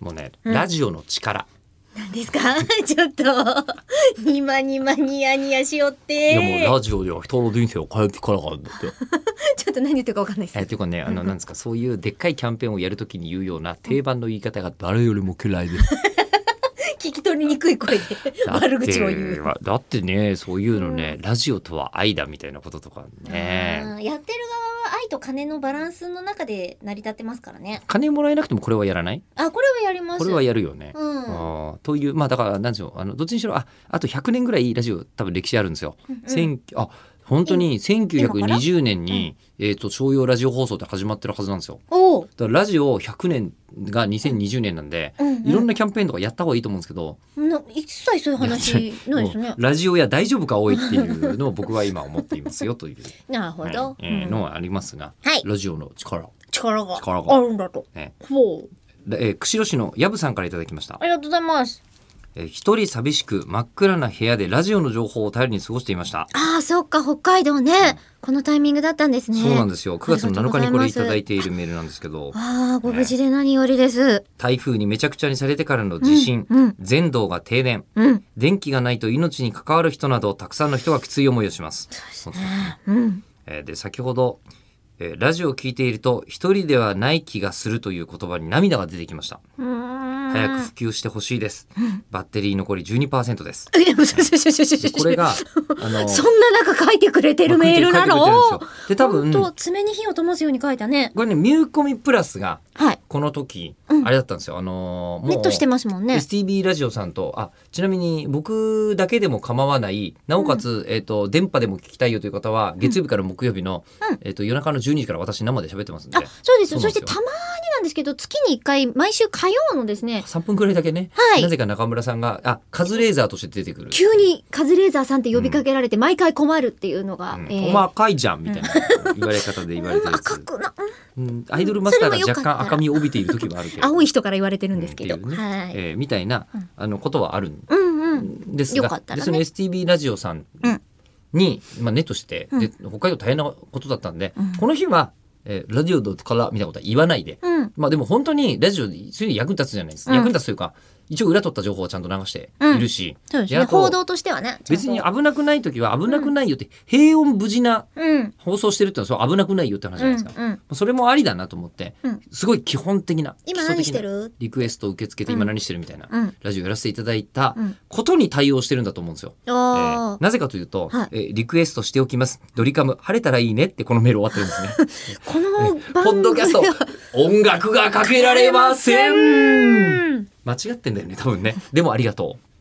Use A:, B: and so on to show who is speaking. A: もうね、
B: うん
A: ラジオの力、
B: なんですか ちょっと、にまにまにやにやしよっ
A: いや
B: て
A: もう。ラジオでは人の人生を変えていからかんだって
B: ちょっと何言ってるかわかんないです。
A: えっていうかねあ
B: うんう
A: の
B: ん
A: なんですか そういうでっかいキャンペーンをやるときに言うような定番の言い方が誰よりも嫌いです
B: 聞き取りにくい声で
A: だって
B: 悪口を言う。
A: だってねそういうのね、ラジオとは愛だみたいなこととかね
B: あーやってる側は愛と金のバランスの中で成り立ってますからね。
A: 金もらえなくてもこれはやらない
B: あ、これはやります。
A: これはやるよね、
B: うん
A: あーというまあだから何でしょうあのどっちにしろああと100年ぐらいラジオ多分歴史あるんですよ。
B: うん
A: 千あ本当に
B: から
A: 1920年に、えー、と商用ラジオ放送って始まってるはずなんですよ。
B: おう、
A: だからラジオ100年が2020年なんで、
B: うん
A: いろんなキャンペーンとかやった方がいいと思うんですけど、
B: な一切そういう話ないです
A: も
B: ね
A: う。ラジオや大丈夫か多いっていうのを僕は今思っていますよという、
B: なるほ
A: はい
B: ど。
A: え
B: う
A: ー
B: ん
A: のはありますが、
B: はい
A: ラジオの力、
B: 力が
A: 力が
B: あるんだと。
A: ね
B: ほう。
A: でえー釧路市の藪さんからいただきました
B: あ。りがとうございます。
A: えー一人寂しく真っ暗な部屋でラジオの情報を頼りに過ごしていました。
B: ああ、そっか、北海道ね。このタイミングだったんですね。
A: そうなんですよ。9月の7日にこれ
B: あ
A: いた
B: りがとう
A: だ
B: ございます
A: いているメールなんですけど、
B: ああ、ご無事で何よりです。
A: 台風にめちゃくちゃにされてからの地震、
B: うんうん
A: 全道が停電、
B: うん。
A: 電気がないと命に関わる人などたくさんの人がきつい思いをします。
B: うん。
A: えーで先ほど、えーラジオを聞いていると一人ではない気がするという言葉に涙が出てきました。早
B: 早
A: く普及してほしいです。バッテリー残り12%です。
B: いや、嘘嘘嘘嘘嘘
A: でこれがあの
B: そんな中書いてくれてるメールなの
A: まあ書いてくれてるんですよで多分
B: ほんと爪に火を灯すように書いたね。
A: これねミューコミプラスが
B: はい。
A: この時、
B: うん
A: あれだったんですよ。あのーもう
B: ネットしてますもんね。
A: STB ラジオさんとあちなみに僕だけでも構わないなおかつ、えっと電波でも聞きたいよという方は月曜日から木曜日の、
B: うん
A: えっと夜中の12時から私生で喋ってますんで
B: あ、そうです。
A: そう
B: そ
A: なんですよ
B: してたまになんですけど、月に一回、毎週火曜のですね、
A: 3分くらいだけね、
B: はい
A: なぜか中村さんがあカズレーザーとして出てくる「
B: 急にカズレーザーさんって呼びかけられて、毎回困るっていうのが、
A: うん
B: えー
A: お前赤いじゃん」みたいな言われ方で言われてる
B: うん
A: や
B: 赤
A: つ、
B: くな、うん
A: うん、アイドルマスターが
B: それもよか
A: 若
B: ったら
A: 干赤みを帯びている時もあるけど
B: 青い人から言われてるんですけど。
A: うんっていうね
B: はい、
A: えーみたいな、
B: うん
A: あのことはあるんで
B: うんうん。
A: ですが、
B: よかったらね
A: でその STB ラジオさん
B: うん
A: に、まあ、ネットして、
B: うん
A: で北海道大変なことだったんで、
B: うん
A: この日は、えーラジオドからみたいなことは言わないで、
B: うん。
A: まあでも本当にラジオでそういうの役に立つじゃないですか、
B: うん
A: 役に立つというか一応裏取った情報はちゃんと流しているし、
B: そうです
A: で
B: ね。
A: あと
B: 報道としてはね。ちゃんと
A: 別に危なくない時は危なくないよって、平穏無事な
B: うん。
A: 放送してるってのはそう危なくないよって話じゃ
B: う
A: ない
B: ん
A: ですか、
B: うん。
A: それもありだなと思って、
B: うん
A: すごい基本的な
B: 今
A: 基礎的な
B: 何してる
A: リクエストを受け付けて今何してるみたいな、
B: うん。
A: ラジオやらせていただいた
B: うん
A: ことに対応してるんだと思うんですよ。え
B: あ
A: ーなぜかというと、
B: はい
A: えーリクエストしておきます。ドリカム、晴れたらいいねってこのメール終わってるん ですね。
B: ーこの番組
A: ポッドキャスト、音楽がかけられません
B: うん
A: 間違ってんだよね、多分ね。でもありがとう。